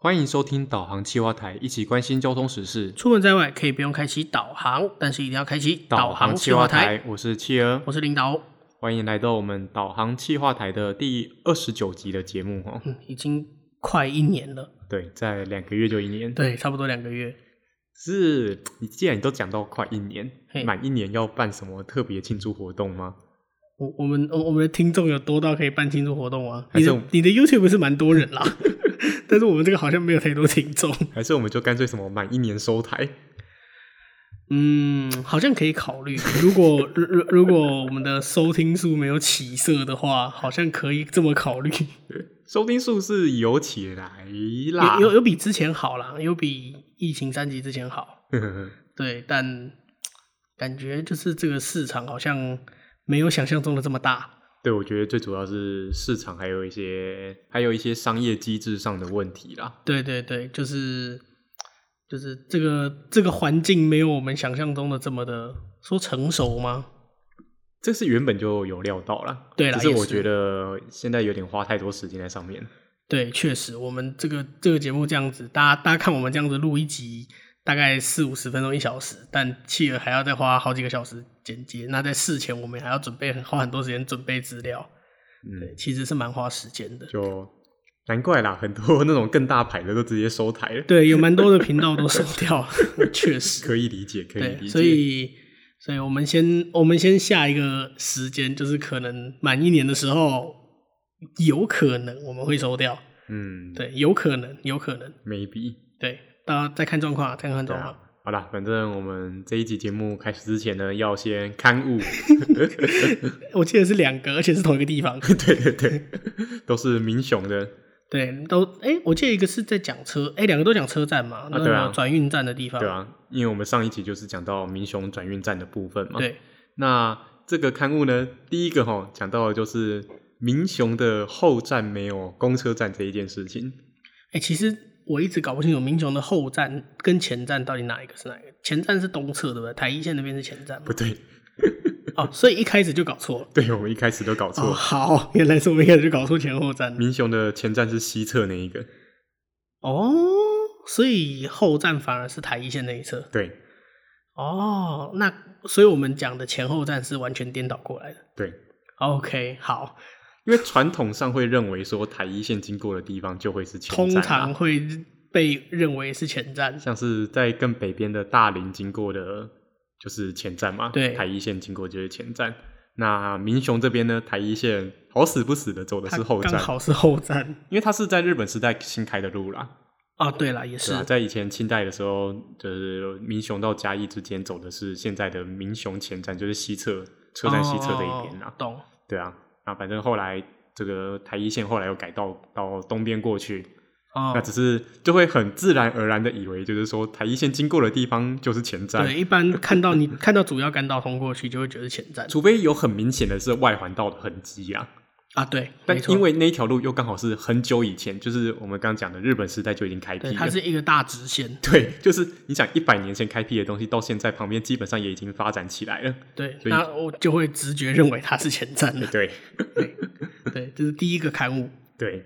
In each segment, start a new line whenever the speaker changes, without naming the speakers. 欢迎收听导航企划台，一起关心交通时事。
出门在外可以不用开启导航，但是一定要开启航
企
企
划
划
台，，我是企鹅，
我是领导。
欢迎来到我们导航企划台的第二十九集的节目哦。
嗯，已经快一年了，
对，在两个月就一年，
对，差不多两个月。
是你既然你都讲到快一年
嘿，
满一年要办什么特别庆祝活动吗？
我我们我我们的听众有多到可以办庆祝活动吗？
还
你
是
的
我们
你的 YouTube 是蛮多人啦， 但是我们这个好像没有太多听众。
还是我们就干脆什么满一年收台？
嗯，好像可以考虑。如果如如如果我们的收听数没有起色的话，好像可以这么考虑。
收听数是有起来啦
有，有有比之前好啦，有比疫情三级之前好。对，但感觉就是这个市场好像没有想象中的这么大。
对，我觉得最主要是市场还有一些还有一些商业机制上的问题啦。
对对对，就是就是这个这个环境没有我们想象中的这么的说成熟吗？
这是原本就有料到啦，
对啦
只是
也
我
是
觉得现在有点花太多时间在上面。
对，确实，我们这个这个节目这样子，大家大家看我们这样子录一集，大概四五十分钟一小时，但企鹅还要再花好几个小时剪接。那在事前，我们还要准备很花很多时间准备资料，对，
嗯，
其实是蛮花时间的。
就难怪啦，很多那种更大牌的都直接收台了，
对，有蛮多的频道都收掉了， 确实。
可以理解，可以理解。
对，所以，所以我们先我们先下一个时间，就是可能满一年的时候，有可能我们会收掉。
嗯，
对，有可能，有可能。
，maybe。
对，大家再看状况啊，再看
对
状况。
啊，好啦，反正我们这一集节目开始之前呢，要先刊物，啊
我记得是两个，而且是同一个地方。
对对对， 都是民雄的，
对，都哎、我记得一个是在讲车，哎、两个都讲车站嘛，那
对啊
个转运站的地方。
对啊，因为我们上一集就是讲到民雄转运站的部分嘛，
对
那这个刊物呢，第一个哈讲到的就是民雄的后站没有公车站这一件事情。
哎、其实我一直搞不清楚民雄的后站跟前站到底哪一个是哪一个。前站是东侧，对不对？台一线那边是前站嘛
不。对，
哦，所以一开始就搞错了。
对我们一开始都搞错
哦，
了。
好， 原来是我们一开始就搞错前后站
民雄的前站是西侧那一个，
哦，所以后站反而是台一线那一侧
对
哦。那所以我们讲的前后站是完全颠倒过来的。
对，
OK，好，
因为传统上会认为说台一线经过的地方就会是前
通
站、啊，
常会被认为是前站。
像是在更北边的大林经过的，就是前站嘛，
对
台一线经过就是前站。那民雄这边呢，台一线好死不死的走的
它
是后
刚
站，
好是后站
因为它是在日本时代新开的路啦。
啊。对了，也是
是、啊，在以前清代的时候，就是民雄到嘉义之间走的是现在的民雄前站，就是西侧车站西侧的一边
哦
啊。
懂。
对啊，啊，反正后来这个台一线后来又改到到东边过去，那
哦，
只是就会很自然而然的以为，就是说台一线经过的地方就是前站
对，，一般看到你看到主要干道通过去，就会觉得是前站
除非有很明显的是外环道的痕迹啊。
啊。对，
但
没错
因为那一条路又刚好是很久以前，就是我们刚刚讲的日本时代就已经开辟
对
了，
它是一个大直线，
对，就是你想一百年前开辟的东西，到现在旁边基本上也已经发展起来了。
对，
所以
那我就会直觉认为它是前站了。
对
对，这是第一个刊物。
对，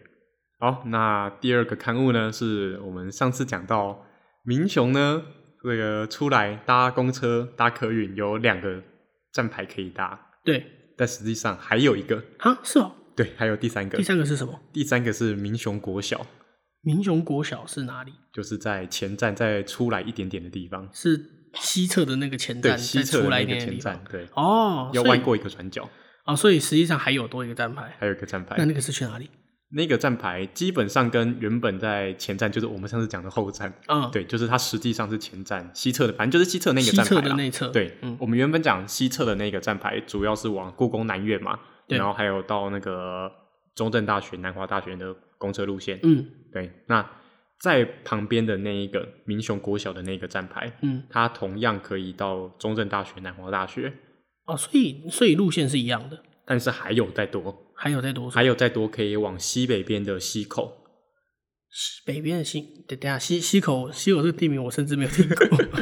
好，那第二个刊物呢，是我们上次讲到民雄呢，这个出来搭公车、搭客运有两个站牌可以搭，
对，
但实际上还有一个，
啊，是哦。
对，还有第三个
第，三个是什么？
第三个是民雄国小，
民雄国小是哪里？
就是在前站再出来一点点的地方，
是西侧的那个前
对，
站，
西
再
侧
出
的
来
那
一
个
点的
前
地
站
方。，
对，
哦，
要
所以
弯过一个转角，
哦，所以实际上还有多一个站牌。
还有一个站牌
那。那个是去哪里？
那个站牌基本上跟原本在前站，就是我们上次讲的后站，
嗯，，
对，就是它实际上是前站西侧的，反正就是西侧那个
西
站牌
侧
啦
的内侧。
对，
嗯，
我们原本讲西侧的那个站牌，主要是往故宫南院嘛，
对
然后还有到那个中正大学、南华大学的公车路线。
嗯
对，那在旁边的那一个民雄国小的那个站牌，
嗯，
它同样可以到中正大学、南华大学，
哦，所以所以路线是一样的，
但是还有再多，
还有再多说
还有再多可以往西北边的西口。
是北边的西，等等一下西西口西口这个地名我甚至没有听过。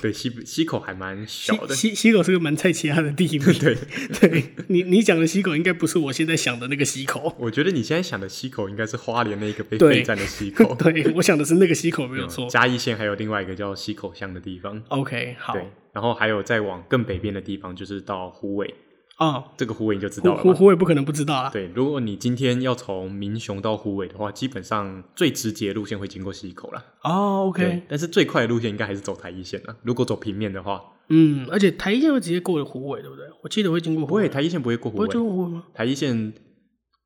对，西西口还蛮
西
小的，
西西口是个蛮菜奇亚的地名。
对，
对你你讲的西口应该不是我现在想的那个西口。
我觉得你现在想的西口应该是花莲那个被
对
废站的西口， 嗯
对，我想的是那个西口没有错。
嘉义县还有另外一个叫西口乡的地方，
OK，好
对，然后还有再往更北边的地方就是到虎尾，
哦，
这个虎尾你就知道
胡
了
胡
吧？
胡也不可能不知道啊。
对，如果你今天要从民雄到虎尾的话，基本上最直接的路线会经过西口啦。
哦
对
，OK，，
但是最快的路线应该还是走台一线啊。如果走平面的话，
嗯，而且台一线会直接过虎尾，对不对？我记得会经过
不
虎
会，
尾，
台一线不会过虎
不会经
尾，
过虎尾吗？
台一线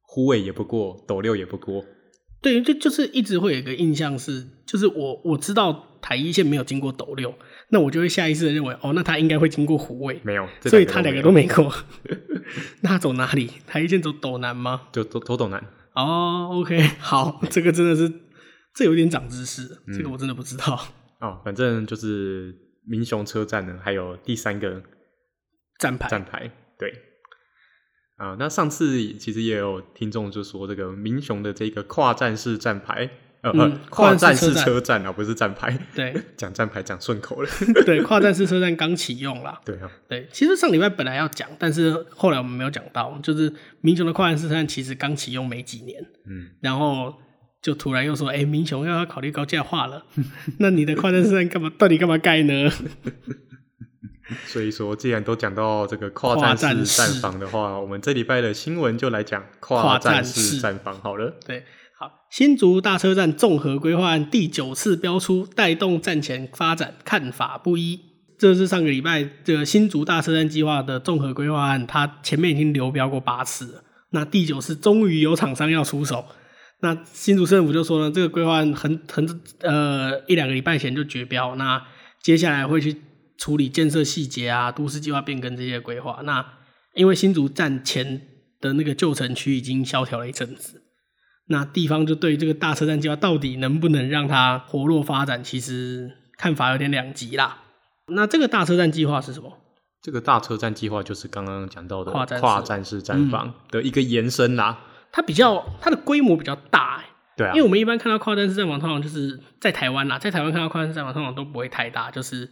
虎尾也不过，斗六也不过。
对，就就是一直会有一个印象是，就是我我知道台一线没有经过斗六，那我就会下意识的认为，哦，那他应该会经过虎尾，
没有，这
所以他两个都
没
没过。 那他走哪里？台一线走斗南吗？
有就走走斗南。
哦，OK，好，这个真的是，这有点长知识，这
嗯
个我真的不知道。
哦，反正就是民雄车站呢，还有第三个
站牌
站牌，对。啊，那上次其实也有听众就说，这个民雄的这个跨站式站牌，呃，
嗯
呃跨站式
跨站式车站
车站啊，不是站牌，
对
讲站牌讲顺口了。
对，跨站式车站刚启用啦。
对啊，
对，其实上礼拜本来要讲，但是后来我们没有讲到，就是民雄的跨站式车站其实刚启用没几年，
嗯，
然后就突然又说，哎、民雄要考虑高价化了， 那你的跨站式车站干嘛？到底干嘛盖呢？
所以说既然都讲到这个跨
跨
站
站
式站
式
房的话，我们这礼拜的新闻就来讲跨
跨站
站式
式
站房好了。
对，好，新竹大车站综合规划案第九次标出，带动站前发展看法不一。这是上个礼拜这个新竹大车站计划的综合规划案，它前面已经流标过八次了，那第九次终于有厂商要出手。那新竹市政府就说呢，这个规划案很很呃一两个礼拜前就绝标，那接下来会去处理建设细节啊、都市计划变更这些规划。那因为新竹站前的那个旧城区已经萧条了一阵子，那地方就对这个大车站计划到底能不能让它活络发展，其实看法有点两极啦。那这个大车站计划是什么？
这个大车站计划就是刚刚讲到的
跨站式嗯
跨站式站房的一个延伸啦。
它比较它的规模比较大、欸，
对啊
因为，我们一般看到跨站式站房，通常就是在台湾啦，在台湾看到跨站式站房通常都不会太大，就是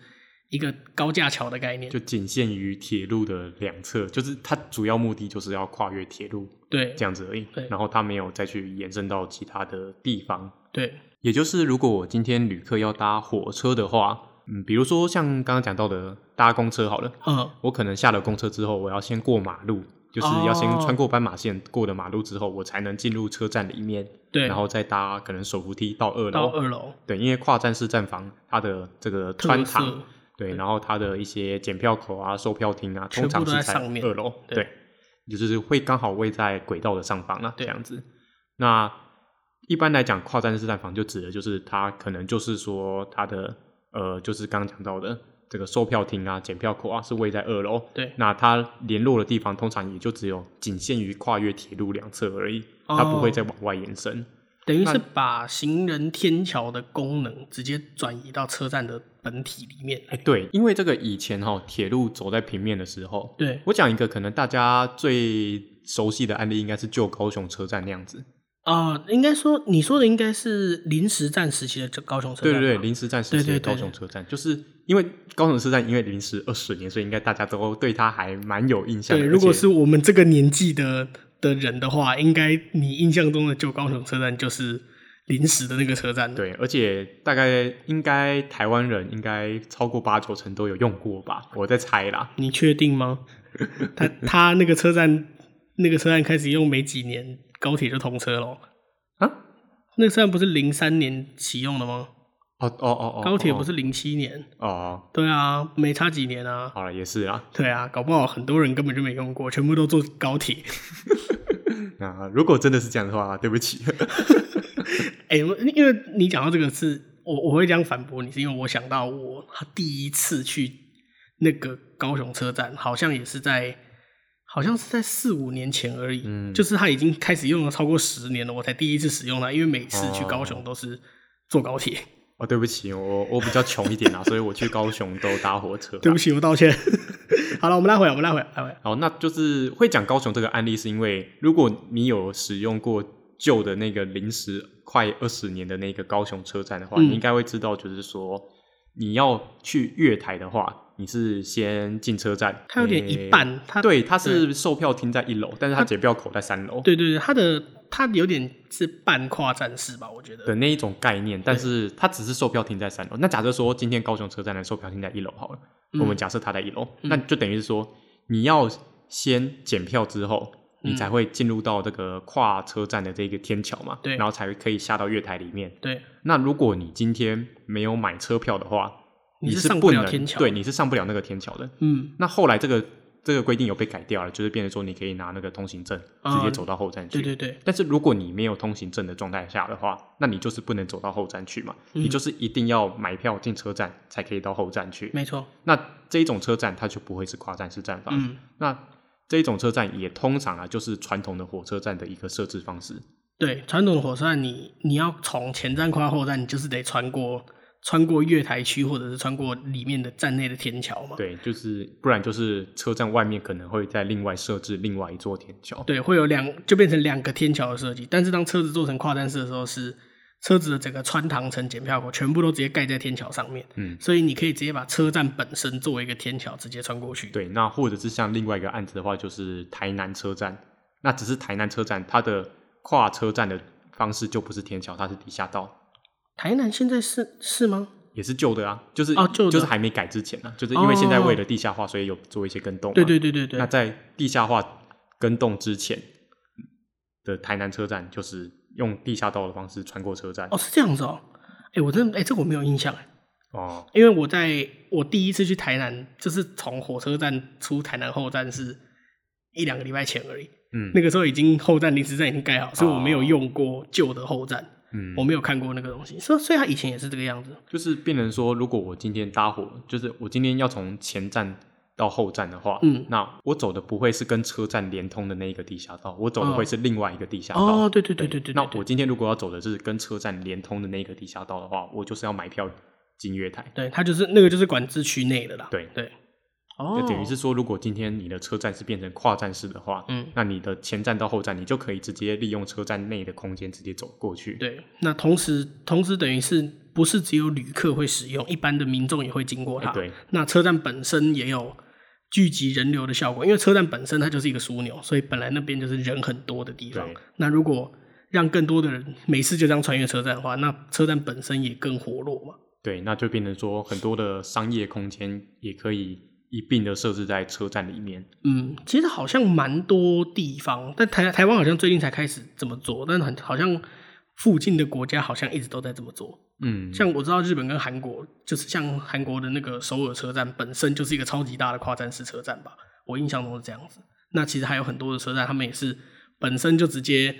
一个高架桥的概念
就。仅限于铁路的两侧，就是它主要目的就是要跨越铁路
对
这样子而已
对。
然后它没有再去延伸到其他的地方。
对，
也就是，如果我今天旅客要搭火车的话，嗯，比如说像刚刚讲到的搭公车好了，
嗯，
我可能下了公车之后，我要先过马路，就是
哦
要先穿过斑马线，过了马路之后，我才能进入车站里面，
对。
然后再搭可能手扶梯到二
到
楼。
二楼
对，因为跨站式站房它的这个
特
穿堂
色，
对，然后它的一些检票口啊、售票厅啊，通
全部
常
都
是
在
在
上面
二楼，
对
对，也就是会刚好位在轨道的上方啊，这
对
样子。那一般来讲，跨站式站房就指的就是它可能就是说它的呃，就是刚刚讲到的这个售票厅啊、检票口啊是位在二楼，
对
那它联络的地方通常也就只有仅限于跨越铁路两侧而已，它不
哦
会再往外延伸。
等于
那
是把行人天桥的功能直接转移到车站的本体里面。
对，因为这个以前哈、铁路走在平面的时候，
对，
我讲一个可能大家最熟悉的案例，应该是旧高雄车站那样子。
啊、应该说你说的应该是临时站时期的这高雄车
对
站
对
吧。
对，临时站时期
对
的
对对
高雄车站，就是因为高雄车站因为临时二十年，所以应该大家都对它还蛮有印象的。
对如果
而且
是我们这个年纪的的人的话，应该你印象中的旧高雄车站就是临时的那个车站。，
对，而且大概应该台湾人应该超过八九成都有用过吧，我在猜啦。
你确定 吗？他他那个车站那个车站开始用没几年，高铁就通车了。
啊？
那个车站不是零三年启用的吗？
哦哦哦哦，
高铁不
哦
是零七年？
哦哦，
对啊，没差几年啊。
好了，也是啦。
对啊，搞不好很多人根本就没用过，全部都坐高铁。
那如果真的是这样的话，对不起。
哎、我因为你讲到这个是，我我会这样反驳你，是因为我想到我第一次去那个高雄车站，好像也是在，好像是在四五年前而已，
嗯
就是它已经开始用了超过十年了，我才第一次使用它，因为每次去高雄都是坐高铁。
哦，对不起，我我比较穷一点啦，所以我去高雄都搭火车啦。
对不起，我道歉。好了，我们拉回来，我们拉回来，拉回来。
好，那就是会讲高雄这个案例，是因为如果你有使用过旧的那个临时快二十年的那个高雄车站的话，
嗯
你应该会知道，就是说你要去月台的话，你是先进车站，
它有点
诶
一半，它
对，它是售票厅在一楼，但是它
它
检票口在三楼
对对对，它的它有点是半跨站式吧，我觉得。
的那一种概念，但是它只是售票厅在三楼。那假设说今天高雄车站的售票厅在一楼好了，
嗯
我们假设它在一楼，
嗯
那就等于是说你要先检票之后，
嗯
你才会进入到这个跨车站的这个天桥嘛，
对
然后才可以下到月台里面。
对，
那如果你今天没有买车票的话，
你是
是
上
不
了
能
天桥。
对，，你是上不了那个天桥的。
嗯，
那后来这个这个规定有被改掉了，就是变成说你可以拿那个通行证
啊
直接走到后站去。
对对对，
但是如果你没有通行证的状态下的话，那你就是不能走到后站去嘛，
嗯
你就是一定要买票进车站才可以到后站去。
没错。
那这一种车站它就不会是跨站式站法，
嗯，
那这一种车站也通常啊就是传统的火车站的一个设置方式。
对，传统的火车站你你要从前站跨后站，你就是得穿过穿过月台区，或者是穿过里面的站内的天桥嘛。
对，就是不然就是车站外面可能会再另外设置另外一座天桥。
对，会有两就变成两个天桥的设计。但是当车子做成跨站式的时候是，车子的整个穿堂层检票口全部都直接盖在天桥上面，
嗯，
所以你可以直接把车站本身作为一个天桥直接穿过去。
对，那或者是像另外一个案子的话，就是台南车站，那只是台南车站它的跨车站的方式就不是天桥，它是地下道。
台南现在是是吗？
也是旧的啊，就是、
哦旧的
就是还没改之前啊，就是因为现在
哦
为了地下化，所以有做一些更动、嘛。
对对对对对
那，在地下化跟动之前的台南车站，就是用地下道的方式穿过车站。
哦，是这样子哦。哎、我真的哎、这个我没有印象哎，
哦，
因为我在我第一次去台南，就是从火车站出台南后站是一两个礼拜前而已。
嗯，哦
那个时候已经后站临时站已经盖好，所以我没有用过旧的后站，
嗯
我没有看过那个东西。所以所以它以前也是这个样子。
就是变成说，如果我今天搭火，就是我今天要从前站到后站的话，
嗯
那我走的不会是跟车站连通的那一个地下道，我走的
哦
会是另外一个地下道。
哦，对对对对对对。
那
对
我今天如果要走的是跟车站连通的那一个地下道的话，我就是要买票进月台。
对它就是那个就是管制区内的啦。
对
对。哦
就，等于是说，如果今天你的车站是变成跨站式的话，
嗯
那你的前站到后站，你就可以直接利用车站内的空间直接走过去。
对。那同时同时等于是不是只有旅客会使用，一般的民众也会经过它。
哎对，
那车站本身也有聚集人流的效果，因为车站本身它就是一个枢纽，所以本来那边就是人很多的地方
对。
那如果让更多的人每次就这样穿越车站的话，那车站本身也更活络嘛。
对，那就变成说，很多的商业空间也可以一并的设置在车站里面。
嗯，其实好像蛮多地方，但台台湾好像最近才开始这么做，但很好像附近的国家好像一直都在这么做。
嗯，
像我知道日本跟韩国，就是像韩国的那个首尔车站本身就是一个超级大的跨站式车站吧，我印象中是这样子。那其实还有很多的车站，他们也是本身就直接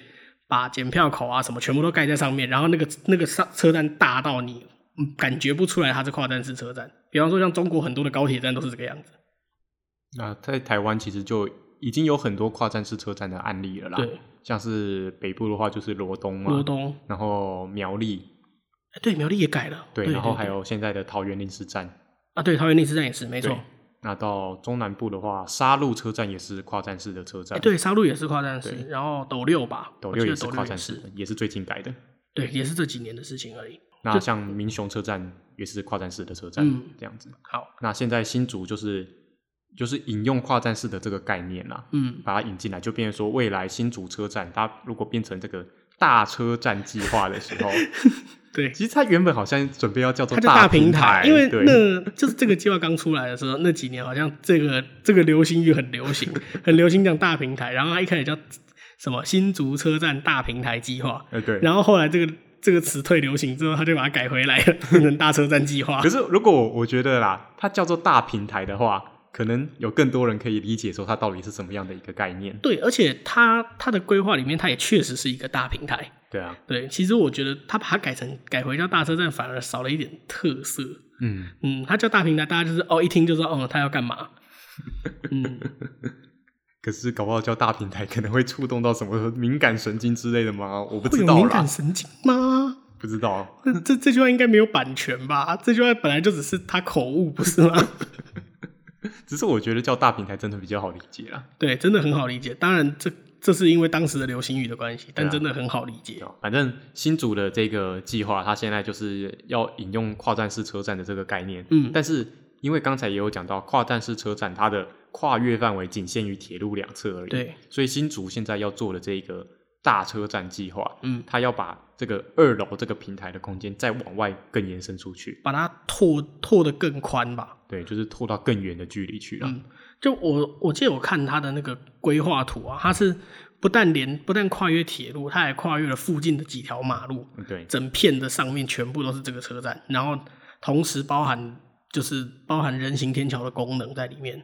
把检票口啊什么全部都盖在上面，然后那个那个上车站大到你嗯感觉不出来它是跨站式车站。比方说像中国很多的高铁站都是这个样子，
那在台湾其实就已经有很多跨站式车站的案例了啦。
对，
像是北部的话就是罗东嘛，
罗东，
然后苗栗，
哎对，苗栗也改了，
对，
对
然后还有现在的桃园林时站。
啊，对，桃园那车站也是没错哎
对，那到中南部的话，沙鹿车站也是跨站式的车
哎
站，，
对，沙鹿也是跨站式
对，
然后斗六吧，
斗
我
六
记得
也是
斗
跨站式的，也是最近改的。
对，也是这几年的事情而已。
那像民雄车站也是跨站式的车站，
嗯
这样子。
好，
那现在新竹就是就是引用跨站式的这个概念啦，
嗯，
把它引进来，就变成说未来新竹车站它如果变成这个大车站计划的 时候，
对，
其实它原本好像准备要叫做
它叫大
平
平台，因为
对
那就是这个计划刚出来的时候，那几年好像这个这个流行语很流行，很流行讲大平台，然后它一开始叫什么新竹车站大平台计划，
呃对。
然后后来这个这个词退流行之后，他就把它改回来了，变成大车站计划
可。是如果我我觉得啦，它叫做大平台的话，可能有更多人可以理解说它到底是什么样的一个概念。
对，而且它它的规划里面，它也确实是一个大平台。
对啊，
对，其实我觉得它把它改成改回叫大车站，反而少了一点特色。
嗯，
嗯，它叫大平台，大家就是哦一听就知道哦它要干嘛。嗯，
可是搞不好叫大平台可能会触动到什么敏感神经之类的 吗？我不
会
知
有
道
敏
啦
感，神经吗？
不知道。
这这这句话应该没有版权吧？这句话本来就只是他口误，不是吗？
只是我觉得叫大平台真的比较好理解啦。
对，真的很好理解。当然这，这这是因为当时的流行语的关系，但
对啊
真的很好理解。
哦反正新竹的这个计划，它现在就是要引用跨站式车站的这个概念，
嗯
但是因为刚才也有讲到跨站式车站，它的跨越范围仅限于铁路两侧而已，，
对，
所以新竹现在要做的这个大车站计划，
嗯，
它要把这个二楼这个平台的空间再往外更延伸出去，
把它拓拓得更宽吧。
对，就是拓到更远的距离去了，
嗯就我我记得我看他的那个规划图啊，它是不但连不但跨越铁路，它还跨越了附近的几条马路，
嗯对，
整片的上面全部都是这个车站，然后同时包含就是包含人行天桥的功能在里面。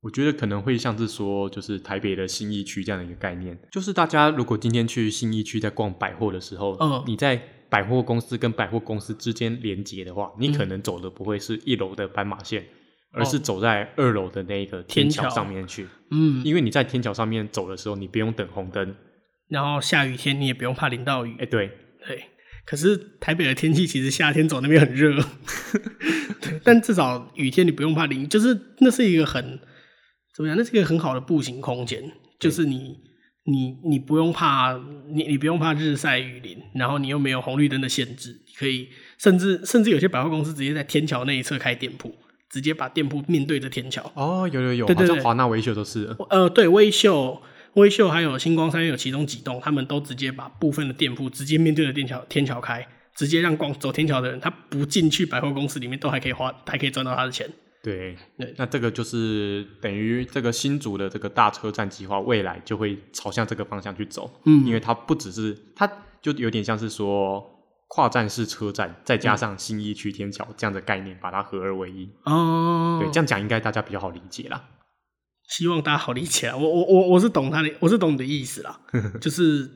我觉得可能会像是说，就是台北的新一区这样的一个概念，就是大家如果今天去新一区在逛百货的时候，
嗯
你在百货公司跟百货公司之间连接的话，你可能走的不会是一楼的斑马线，而是走在二楼的那个哦天
天
桥
桥
上面去，
嗯，
因为你在天桥上面走的时候，你不用等红灯，
然后下雨天你也不用怕淋到雨
哎、。对，
对，可是台北的天气其实夏天走那边很热，对，但至少雨天你不用怕淋，就是那是一个很怎么样？那是一个很好的步行空间，就是你你你不用怕你你不用怕日晒雨淋，然后你又没有红绿灯的限制，你可以甚至甚至有些百货公司直接在天桥那一侧开店铺，直接把店铺面对着天桥。
哦，有有有，
对
好
对对
像华纳维修都是了，
呃，对，微秀、微秀还有星光三月有其中几栋，他们都直接把部分的店铺直接面对着天桥天桥开，直接让逛走天桥的人，他不进去百货公司里面，都还可以花，还可以赚到他的钱。
对，
对
那这个就是等于这个新竹的这个大车站计划，未来就会朝向这个方向去走。
嗯
因为它不只是它，就有点像是说跨站式车站，再加上新一区天桥这样的概念，把它合二为一。
哦
对，这样讲应该大家比较好理解啦。
希望大家好理解啊。我我我我是懂他的，我是懂你的意 思啦，就是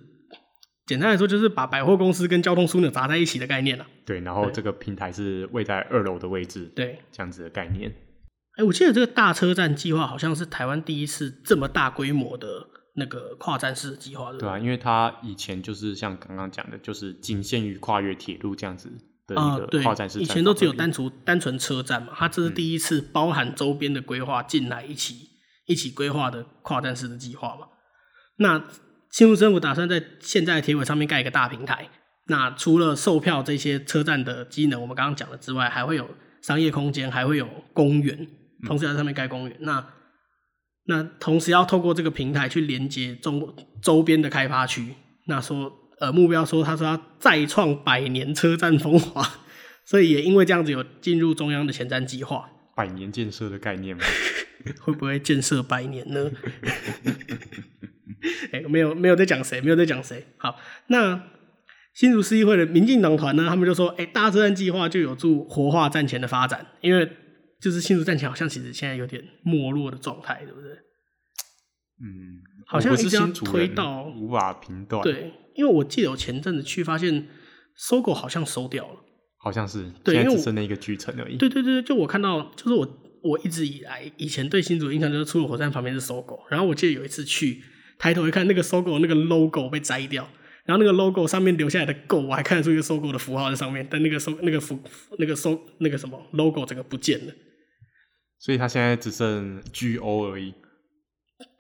简单来说，就是把百货公司跟交通枢纽砸在一起的概念啦。
对，然后
对
这个平台是位在二楼的位置，
对，
这样子的概念。
哎、我记得这个大车站计划好像是台湾第一次这么大规模的那个跨站式计划，对不
对
对？
啊，因为它以前就是像刚刚讲的，就是仅限于跨越铁路这样子的
啊，
一
对
个跨站式站、
以前都只有单纯单纯车站嘛，它这
嗯
是第一次包含周边的规划进来一起一起规划的跨站式的计划嘛。那新竹政府打算在现在的铁轨上面盖一个大平台，那除了售票这些车站的机能，我们刚刚讲的之外，还会有商业空间，还会有公园，
嗯
同时要在上面盖公园。那那同时要透过这个平台去连接中国周边的开发区。那说呃目标说他说要再创百年车站风华，所以也因为这样子有进入中央的前瞻计划，
百年建设的概念嘛。
会不会建设百年呢？ 哎、没有没有在讲谁，没有在讲谁。好，那新竹市议会的民进党团呢，他们就说，哎、大车站计划就有助活化站前的发展，因为就是新竹站前好像其实现在有点没落的状态，对不对？
嗯，
好像
我
一
不是
定要
新主
推
人
到
无法评断，，
对，因为我记得我前阵子去发现搜狗好像收掉了。
好像是，
对
现
因
在
为
只
我
剩那一个巨城而已。
对对对，就我看到，就是我我一直以来以前对新竹的印象就是出了火车站旁边是搜狗，然后我记得有一次去抬头一看，那个搜狗那个 logo 被摘掉。然后那个 logo 上面留下来的“狗”，我还看得出一个搜狗的符号在上面，但那个搜那个符那个搜那个什么 logo 整个不见了。
所以它现在只剩 G O 而已。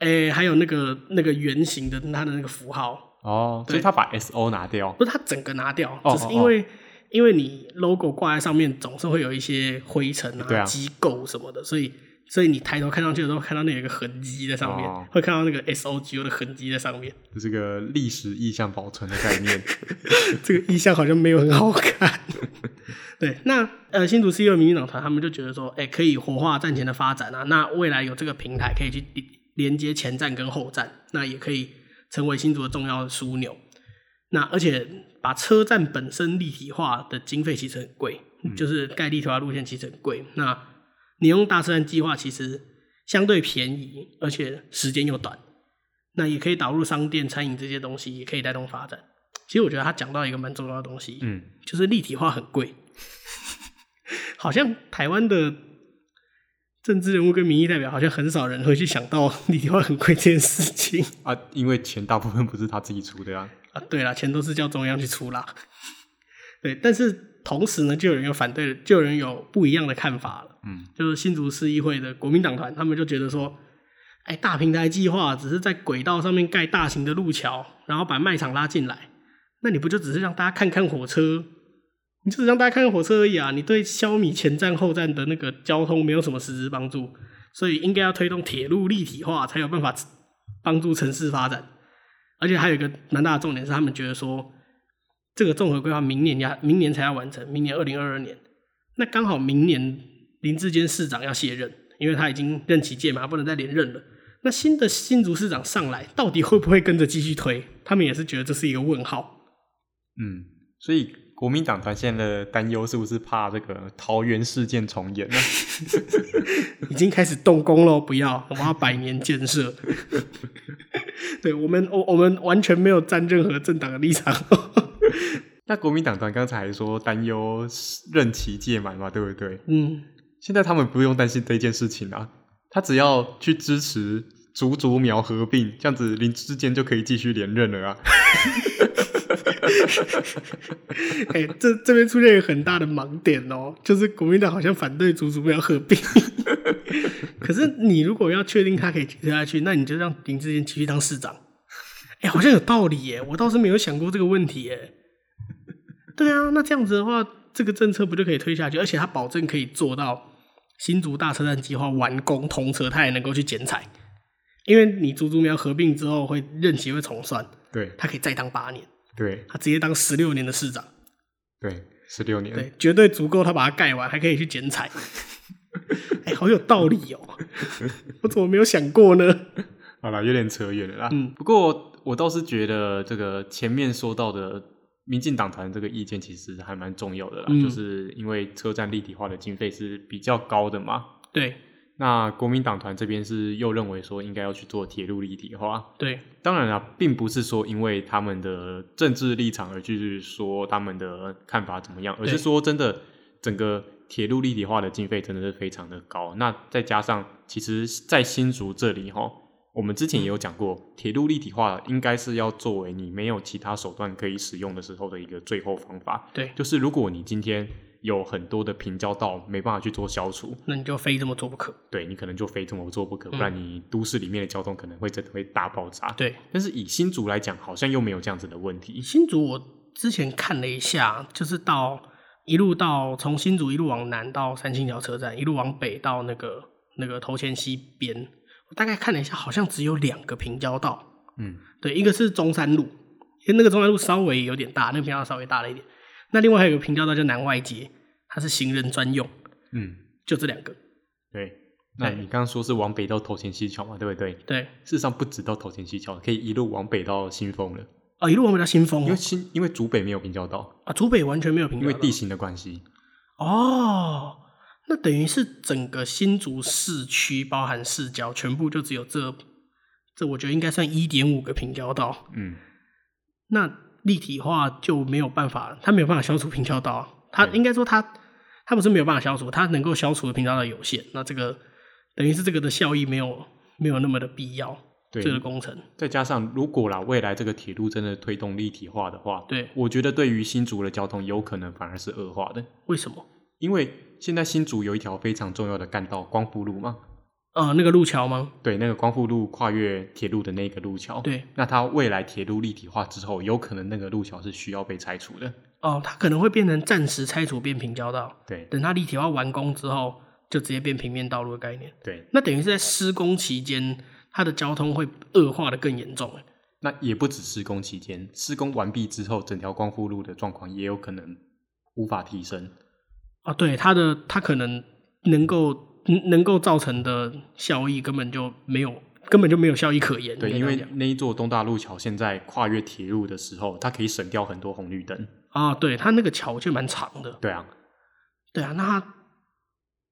诶，还有那个那个圆形的它的那个符号，
哦，所以
对
它把 S O 拿掉。
不是它整个拿掉，
哦
只是因为因为你 logo 挂在上面，总是会有一些灰尘
对啊
啊、机构什么的，所以所以你抬头看上去的时候，看到那有一个痕迹在上面，
哦
会看到那个 S O G O 的痕迹在上面。
这是个历史意象保存的概 念。
这个意象好像没有很好看。对，那呃，新竹市议会民进党团他们就觉得说，哎、可以活化站前的发展啊，那未来有这个平台可以去连连接前站跟后站，那也可以成为新竹的重要的枢纽。那而且把车站本身立体化的经费其实很贵，就是盖立体化路线其实很贵。那你用大车站计划其实相对便宜，而且时间又短，那也可以导入商店、餐饮这些东西，也可以带动发展。其实我觉得他讲到一个蛮重要的东西，
嗯，
就是立体化很贵，好像台湾的政治人物跟民意代表好像很少人会去想到立体化很贵这件事情
啊，因为钱大部分不是他自己出的啊。
啊。对啦，钱都是叫中央去出啦。对，但是同时呢，就有人有反对，就有人有不一样的看法了。
嗯，
就是新竹市议会的国民党团，他们就觉得说，哎，大平台计划只是在轨道上面盖大型的路桥，然后把卖场拉进来，那你不就只是让大家看看火车？你就只让大家看看火车而已啊！你对消弭前站后站的那个交通没有什么实质帮助，所以应该要推动铁路立体化，才有办法帮助城市发展。而且还有一个蛮大的重点是，他们觉得说这个综合规划明年要明年才要完成，明年二零二二年，那刚好明年林志坚市长要卸任，因为他已经任期届满，不能再连任了。那新的新竹市长上来，到底会不会跟着继续推？他们也是觉得这是一个问号。
嗯，所以国民党团现在的担忧是不是怕这个桃园事件重演呢？
已经开始动工喽，不要，我们要百年建设。对我们，我我们完全没有站任何政党的立场。
那国民党团刚才还说担忧任期届满嘛，对不对？
嗯，
现在他们不用担心这件事情啊，他只要去支持竹竹苗合并，这样子林志坚就可以继续连任了 啊。
哎、这这边出现一个很大的盲点哦，就是国民党好像反对竹竹苗合并。可是你如果要确定他可以继续下去，那你就让林志坚继续当市长。哎、好像有道理耶，我倒是没有想过这个问题耶。对啊，那这样子的话，这个政策不就可以推下去？而且他保证可以做到新竹大车站计划完工通车，他也能够去剪彩，因为你竹竹苗合并之后会任期会重算，
对
他可以再当八年。
对
他直接当十六年的市长，
对，十六年，
对，绝对足够他把它盖完，还可以去剪彩。哎、好有道理哦、我怎么没有想过呢？
好了，有点扯远了啦。
嗯
不过我倒是觉得这个前面说到的民进党团这个意见其实还蛮重要的啦，
嗯
就是因为车站立体化的经费是比较高的嘛。
对
那国民党团这边是又认为说应该要去做铁路立体化，
对，
当然啦，并不是说因为他们的政治立场而去说他们的看法怎么样，而
对
是说真的，整个铁路立体化的经费真的是非常的高。那再加上，其实，在新竹这里哈，我们之前也有讲过，铁路立体化应该是要作为你没有其他手段可以使用的时候的一个最后方法。
对
就是如果你今天有很多的平交道没办法去做消除，
那你就非这么做不可。
对你可能就非这么做不可，不然你都市里面的交通可能会真的会大爆炸。
对，
但是以新竹来讲，好像又没有这样子的问题。
新竹我之前看了一下，就是到一路到从新竹一路往南到三清桥车站，一路往北到那个那个头前溪边，我大概看了一下，好像只有两个平交道，
嗯，
对，一个是中山路，因为那个中山路稍微有点大，那个平交道稍微大了一点。那另外还有一个平交道叫南外街，它是行人专用，
嗯，
就这两个。
对。那你刚刚说是往北到头前溪桥嘛，对不对？事
对，
实上不止到头前溪桥，可以一路往北到新丰了，
哦，一路往北到新丰
因
哦
为，新因为竹北没有平交道，
啊，竹北完全没有平
因
交
为
道。
地形的关系。
哦，那等于是整个新竹市区，包含市郊，全部就只有这，这我觉得应该算一点五个平交道。
嗯，
那立体化就没有办法，它没有办法消除平交道啊，它
对
应该说它它不是没有办法消除，它能够消除的平交道有限。那这个等于是这个的效益没有没有那么的必要，
对
这个工程
再加上如果啦，未来这个铁路真的推动立体化的话，
对
我觉得对于新竹的交通有可能反而是恶化的，
为什么？
因为现在新竹有一条非常重要的干道——光复路嘛，
呃，那个路桥吗？
对，那个光复路跨越铁路的那个路桥，
对，
那它未来铁路立体化之后，有可能那个路桥是需要被拆除的。
哦，它可能会变成暂时拆除变平交道，
对
等它立体化完工之后，就直接变平面道路的概念。
对，
那等于是在施工期间，它的交通会恶化的更严重。欸
那也不止施工期间，施工完毕之后，整条光复路的状况也有可能无法提升。
啊，对，它的它可能能够能能够造成的效益根本就没有，根本就没有效益可言。
对，
应
因
该
为
这样讲
那一座东大路桥现在跨越铁路的时候，它可以省掉很多红绿灯。
啊，对它那个桥就蛮长的，
对啊，
对啊，那它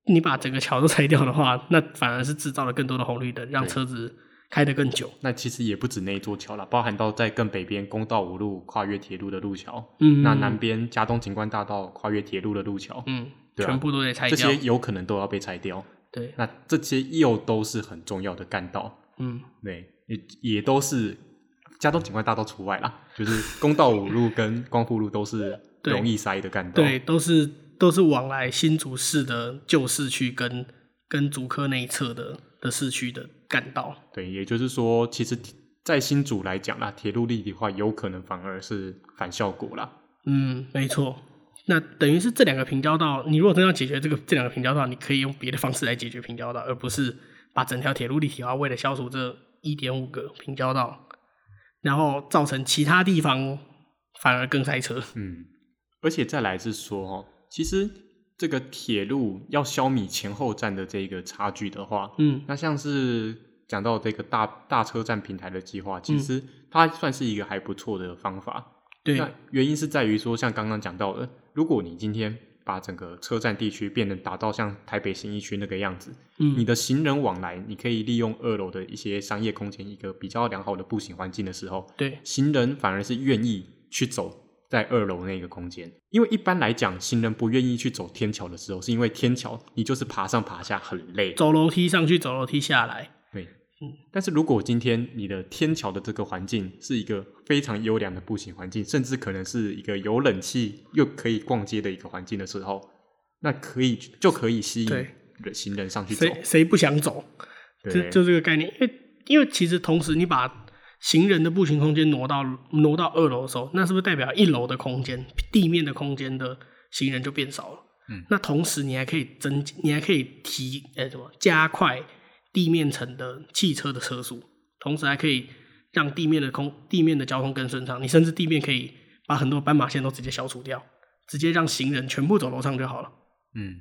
你把整个桥都 拆掉的话，那反而是制造了更多的红绿灯，让
对
车子开得更久。
那其实也不止那一座桥了，包含到在更北边公道五路跨越铁路的路桥，
嗯，
那南边嘉东景观大道跨越铁路的路桥，
嗯，
对啊
全部都得拆
这
掉
些。有可能都要被拆掉。
对，
那这些又都是很重要的干道，
嗯，
对，也也都是加东景观大道除外啦，就是公道五路跟光复路都是
对
容易塞的干道。
对，都是都是往来新竹市的旧市区跟跟竹科那一侧的的市区的干道。
对，也就是说，其实在新竹来讲啦，铁路立体化有可能反而是反效果啦。
嗯，没错。那等于是这两个平交道，你如果真要解决这个这两个平交道，你可以用别的方式来解决平交道，而不是把整条铁路立体化，为了消除这一点五个平交道，然后造成其他地方反而更塞车。
嗯，而且再来是说哦，其实这个铁路要消弭前后站的这个差距的话，
嗯
那像是讲到这个大大车站平台的计划，
嗯
其实它算是一个还不错的方法。
对
那原因是在于说，像刚刚讲到的，如果你今天把整个车站地区变得打造像台北新一区那个样子，
嗯
你的行人往来，你可以利用二楼的一些商业空间，一个比较良好的步行环境的时候，
对，
行人反而是愿意去走在二楼那个空间，因为一般来讲，行人不愿意去走天桥的时候，是因为天桥你就是爬上爬下很累。
走楼梯上去，走楼梯下来。
对
嗯，
但是如果今天你的天桥的这个环境是一个非常优良的步行环境，甚至可能是一个有冷气又可以逛街的一个环境的时候，那可以就可以吸引
对
人行人上去走。
谁谁不想走？就
对，
就这个概念，因为因为其实同时你把行人的步行空间挪到挪到二楼的时候，那是不是代表一楼的空间、地面的空间的行人就变少了？
嗯，
那同时你还可以增，你还可以提呃什么加快地面层的汽车的车速，同时还可以让地面的空地面的交通更顺畅。你甚至地面可以把很多斑马线都直接消除掉，直接让行人全部走楼上就好了。
嗯，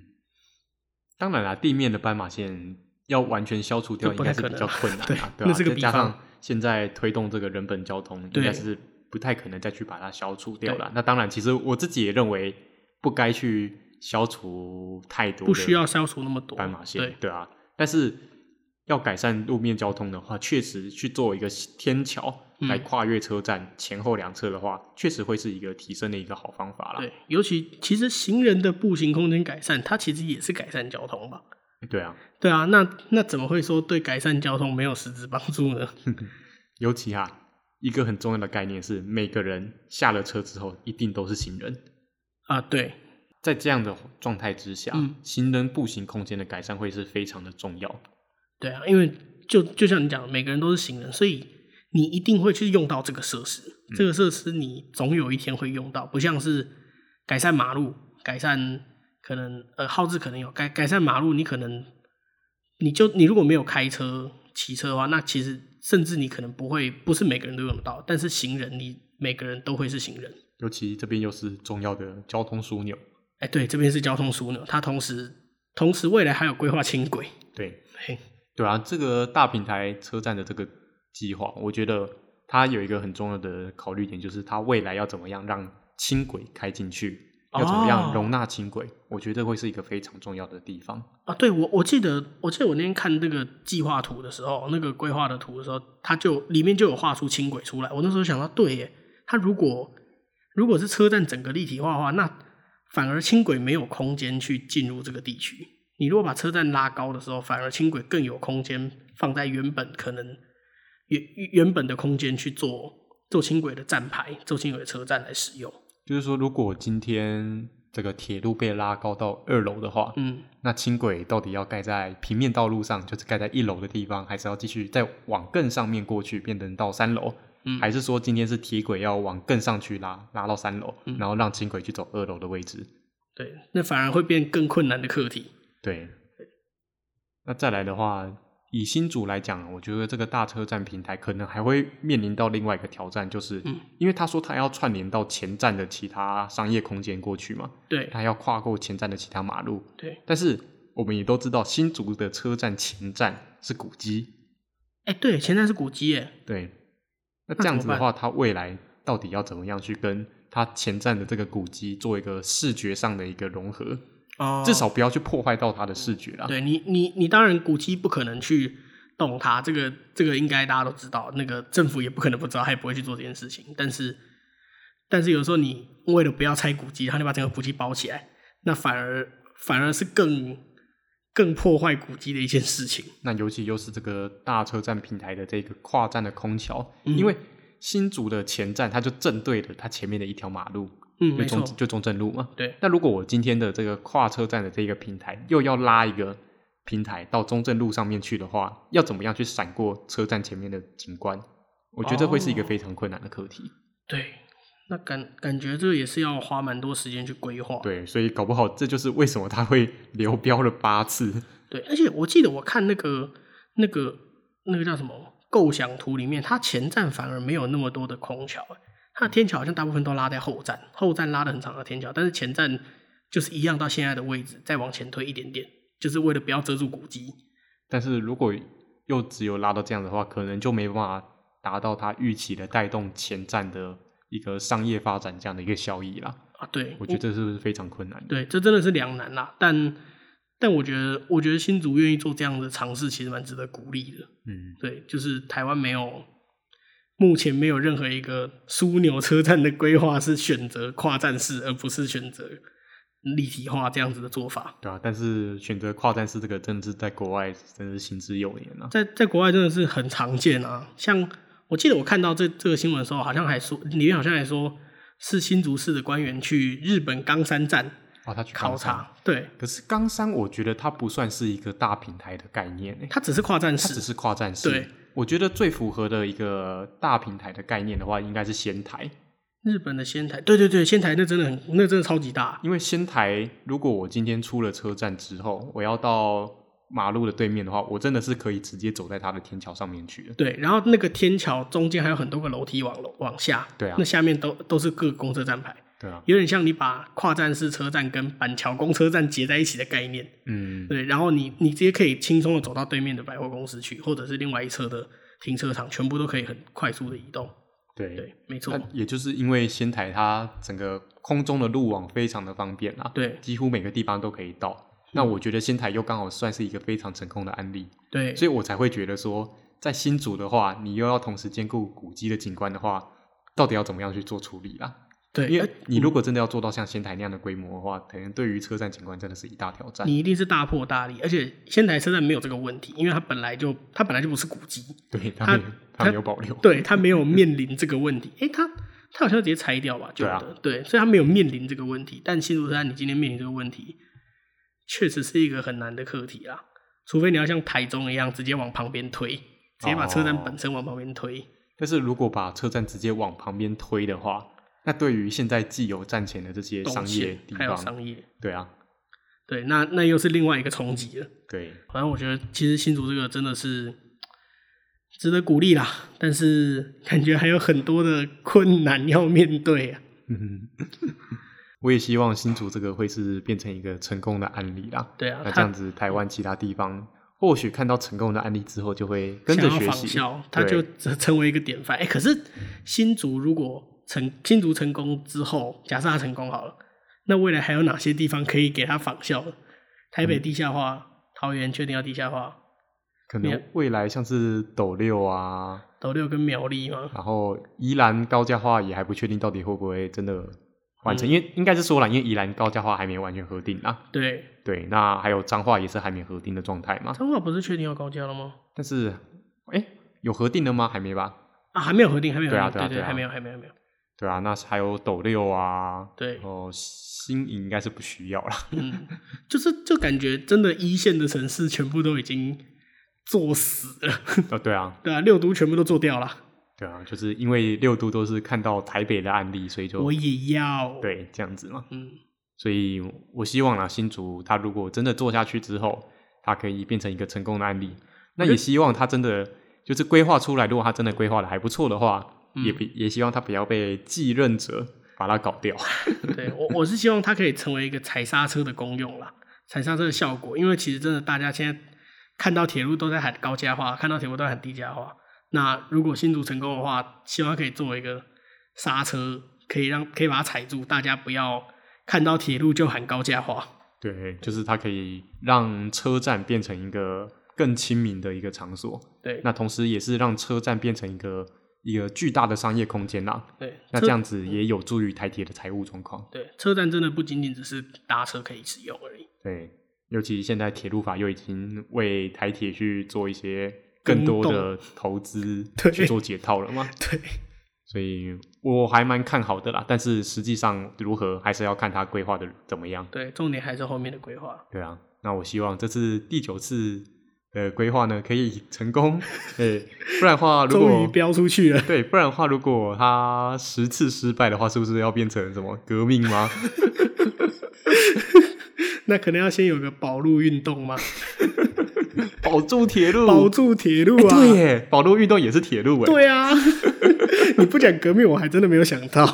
当然啦，地面的斑马线要完全消除掉，
这
应
不
该
太
是比较困难
可能
啦
啊
对
对
吧？
那是个
再加
比方
上现在推动这个人本交通，应
对
该是不太可能再去把它消除掉了。那当然，其实我自己也认为不该去消除太多，
不需要消除那么多
斑马线，
对，
啊。但是要改善路面交通的话，确实去做一个天桥
嗯
来跨越车站、前后两侧的话，确实会是一个提升的一个好方法啦。
对，尤其其实行人的步行空间改善，它其实也是改善交通吧？
对啊，
对啊，那那怎么会说对改善交通没有实质帮助呢？
尤其哈，一个很重要的概念是，每个人下了车之后一定都是行人。
啊，对，
在这样的状态之下，
嗯
行人步行空间的改善会是非常的重要。
对啊，因为就就像你讲的，每个人都是行人，所以你一定会去用到这个设施，这个设施你总有一天会用到，不像是改善马路、改善可能呃耗资可能有改改善马路，你可能你就你如果没有开车、骑车的话，那其实甚至你可能不会，不是每个人都用得到，但是行人你每个人都会是行人。
尤其这边又是重要的交通枢纽，
哎，对，这边是交通枢纽，它同时同时未来还有规划轻轨，
对
嘿，
对啊，这个大平台车站的这个计划，我觉得它有一个很重要的考虑点，就是它未来要怎么样让轻轨开进去，要怎么样
哦
容纳轻轨，我觉得会是一个非常重要的地方。
啊，对我我记得，我记得我那天看那个计划图的时候，那个规划的图的时候，它就里面就有画出轻轨出来。我那时候想到，对耶，它如果如果是车站整个立体化的话，那反而轻轨没有空间去进入这个地区。你如果把车站拉高的时候，反而轻轨更有空间放在原本可能原原本的空间去做做轻轨的站牌、做轻轨的车站来使用。
就是说，如果今天这个铁路被拉高到二楼的话，
嗯，
那轻轨到底要盖在平面道路上，就是盖在一楼的地方，还是要继续再往更上面过去，变成到三楼？
嗯
还是说今天是铁轨要往更上去拉，拉到三楼，
嗯
然后让轻轨去走二楼的位置？
对，那反而会变更困难的课题。
对。那再来的话，以新竹来讲，我觉得这个大车站平台可能还会面临到另外一个挑战，就是、
嗯
因为他说他要串联到前站的其他商业空间过去嘛，
对
他要跨过前站的其他马路，
对。
但是我们也都知道，新竹的车站前站是古迹，
哎、对，前站是古迹耶。
对。那
那
这样子的
怎
话，它未来到底要怎么样去跟它前站的这个古迹做一个视觉上的一个融合？
哦
至少不要去破坏到它的视觉啦。
对你，你你当然古迹不可能去动它，这个这个应该大家都知道，那个政府也不可能不知道，他也不会去做这件事情。但是，但是有时候你为了不要拆古迹，然后你把整个古迹包起来，那反而反而是更更破坏古迹的一件事情。
那尤其又是这个大车站平台的这个跨站的空桥，
嗯
因为新竹的前站它就正对着它前面的一条马路，
嗯，
就
没
中
错，
就中正路嘛。
对
那如果我今天的这个跨车站的这个平台又要拉一个平台到中正路上面去的话，要怎么样去闪过车站前面的景观？我觉得这会是一个
哦
非常困难的课题。
对，那感感觉这个也是要花蛮多时间去规划。
对，所以搞不好这就是为什么他会流标了八次。
对，而且我记得我看那个那个那个叫什么构想图里面，它前站反而没有那么多的空桥，它的天桥好像大部分都拉在后站，后站拉的很长的天桥，但是前站就是一样到现在的位置，再往前推一点点，就是为了不要遮住古迹。
但是如果又只有拉到这样的话，可能就没办法达到他预期的带动前站的一个商业发展这样的一个效益啦。
啊，对，
我觉得这是非常困难的。
对，这真的是两难啦。但但我觉得，我觉得新竹愿意做这样的尝试，其实蛮值得鼓励的。
嗯，
对，就是台湾没有，目前没有任何一个枢纽车站的规划是选择跨站式，而不是选择立体化这样子的做法。
对啊。但是选择跨站式这个，真的是在国外真的是行之有年啊。
在在国外真的是很常见啊。像我记得我看到这这个新闻的时候，好像还说里面好像还说是新竹市的官员去日本冈山站
哦，他去
考
冈山，
察，对
可是冈山我觉得它不算是一个大平台的概念、欸，
他只是跨站
它只
式，
是跨站式。
对，
我觉得最符合的一个大平台的概念的话，应该是仙台。
日本的仙台，对对对，仙台那真的很那真的超级大，
因为仙台，如果我今天出了车站之后，我要到马路的对面的话，我真的是可以直接走在它的天桥上面去的。
对，然后那个天桥中间还有很多个楼梯往楼往下，
对啊
那下面都都是各公车站牌，
对啊，
有点像你把跨站式车站跟板桥公车站结在一起的概念，
嗯，
对，然后你你直接可以轻松的走到对面的百货公司去，或者是另外一侧的停车场，全部都可以很快速的移动，
对。
对，没错
那，也就是因为仙台它整个空中的路网非常的方便啊，
对
几乎每个地方都可以到。那我觉得仙台又刚好算是一个非常成功的案例，
对，
所以我才会觉得说，在新竹的话，你又要同时兼顾古迹的景观的话，到底要怎么样去做处理啊？
对，哎
因为你如果真的要做到像仙台那样的规模的话，可能对于车站景观真的是一大挑战。
你一定是大破大立，而且仙台车站没有这个问题，因为它本来就它本来就不是古迹，
对他没有他
他
没有保留，
对他没有面临这个问题。诶，他他好像直接拆掉吧？旧
对啊
的，对，所以他没有面临这个问题。但新竹山，你今天面临这个问题，确实是一个很难的课题啦。除非你要像台中一样，直接往旁边推，直接把车
哦
站本身往旁边推。
但是如果把车站直接往旁边推的话，那对于现在既有站前的这些
动
商业
线
地
还有
方，
商业，
对啊，
对，那那又是另外一个冲击了。
对，
反正我觉得，其实新竹这个真的是值得鼓励啦，但是感觉还有很多的困难要面对啊。
我也希望新竹这个会是变成一个成功的案例啦。
对啊，
那
他
这样子，台湾其他地方或许看到成功的案例之后，就会跟着
想要
学
仿
习。
效，他就
对
成 成为一个典范。哎、可是新竹如果成新竹成功之后，假设他成功好了，那未来还有哪些地方可以给他仿效？台
嗯
北地下化，桃园确定要地下化，
可
你
能未来像是斗六啊，
斗六跟苗栗嘛，
然后宜兰高架化也还不确定到底会不会真的完成，因为应该是说了，因为宜兰高架化还没完全核定啊。
对，
对，那还有彰化也是还没核定的状态嘛。
彰化不是确定要高架了吗？
但是，哎，有核定了吗？还没吧？
啊，还没有核定，还没有，
对啊
对
对啊对啊
还没有，还没有，还没有，
对啊，那还有斗六啊，
对
然，后新营应该是不需要啦。
嗯，就是就感觉真的一线的城市全部都已经做死了，
哦，对啊，
对啊，六都全部都做掉了，
对啊，就是因为六都都是看到台北的案例，所以就
我也要，，
对这样子嘛。
嗯。
所以我希望啦，新竹它如果真的做下去之后，它可以变成一个成功的案例。那也希望它真的就是规划出来，如果它真的规划的还不错的话，
嗯
也不也希望它不要被继任者把它搞掉。
对我我是希望它可以成为一个踩刹车的功用啦，踩刹车的效果，因为其实真的大家现在看到铁路都在喊高价化，看到铁路都在喊低价化。那如果新竹成功的话，希望它可以作为一个刹车，可以让可以把它踩住，大家不要看到铁路就喊高价化。
对，就是它可以让车站变成一个更亲民的一个场所，
对
那同时也是让车站变成一个一个巨大的商业空间啦。
对，
那
车嗯
这样子也有助于台铁的财务状况。
对车站真的不仅仅只是搭车可以使用而已，
对，尤其现在铁路法又已经为台铁去做一些更
更
多
动
的投资
对
去做解套了嘛，
对
所以我还蛮看好的啦。但是实际上如何，还是要看他规划的怎么样。
对，重点还是后面的规划。
对啊，那我希望这次第九次的规划呢可以 成功，诶、不然的话如
终于
果
飙出去了。
对，不然的话如果他十次失败的话，是不是要变成什么革命 吗？
那可能要先有个保路运动嘛，
保住铁路，
保住铁路啊。
对耶，保路运动也是铁路诶。
对啊， 你不讲革命，我还真的没有想到。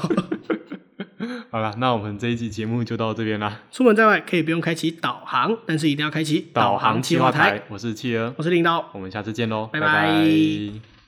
好了，那我们这一集节目就到这边啦。
出门在外可以不用开启导航，但是一定要开启
导
航
航
计
计
划
划台，我是企鹅，
我是领导。
我们下次见喽，
拜
拜
拜
拜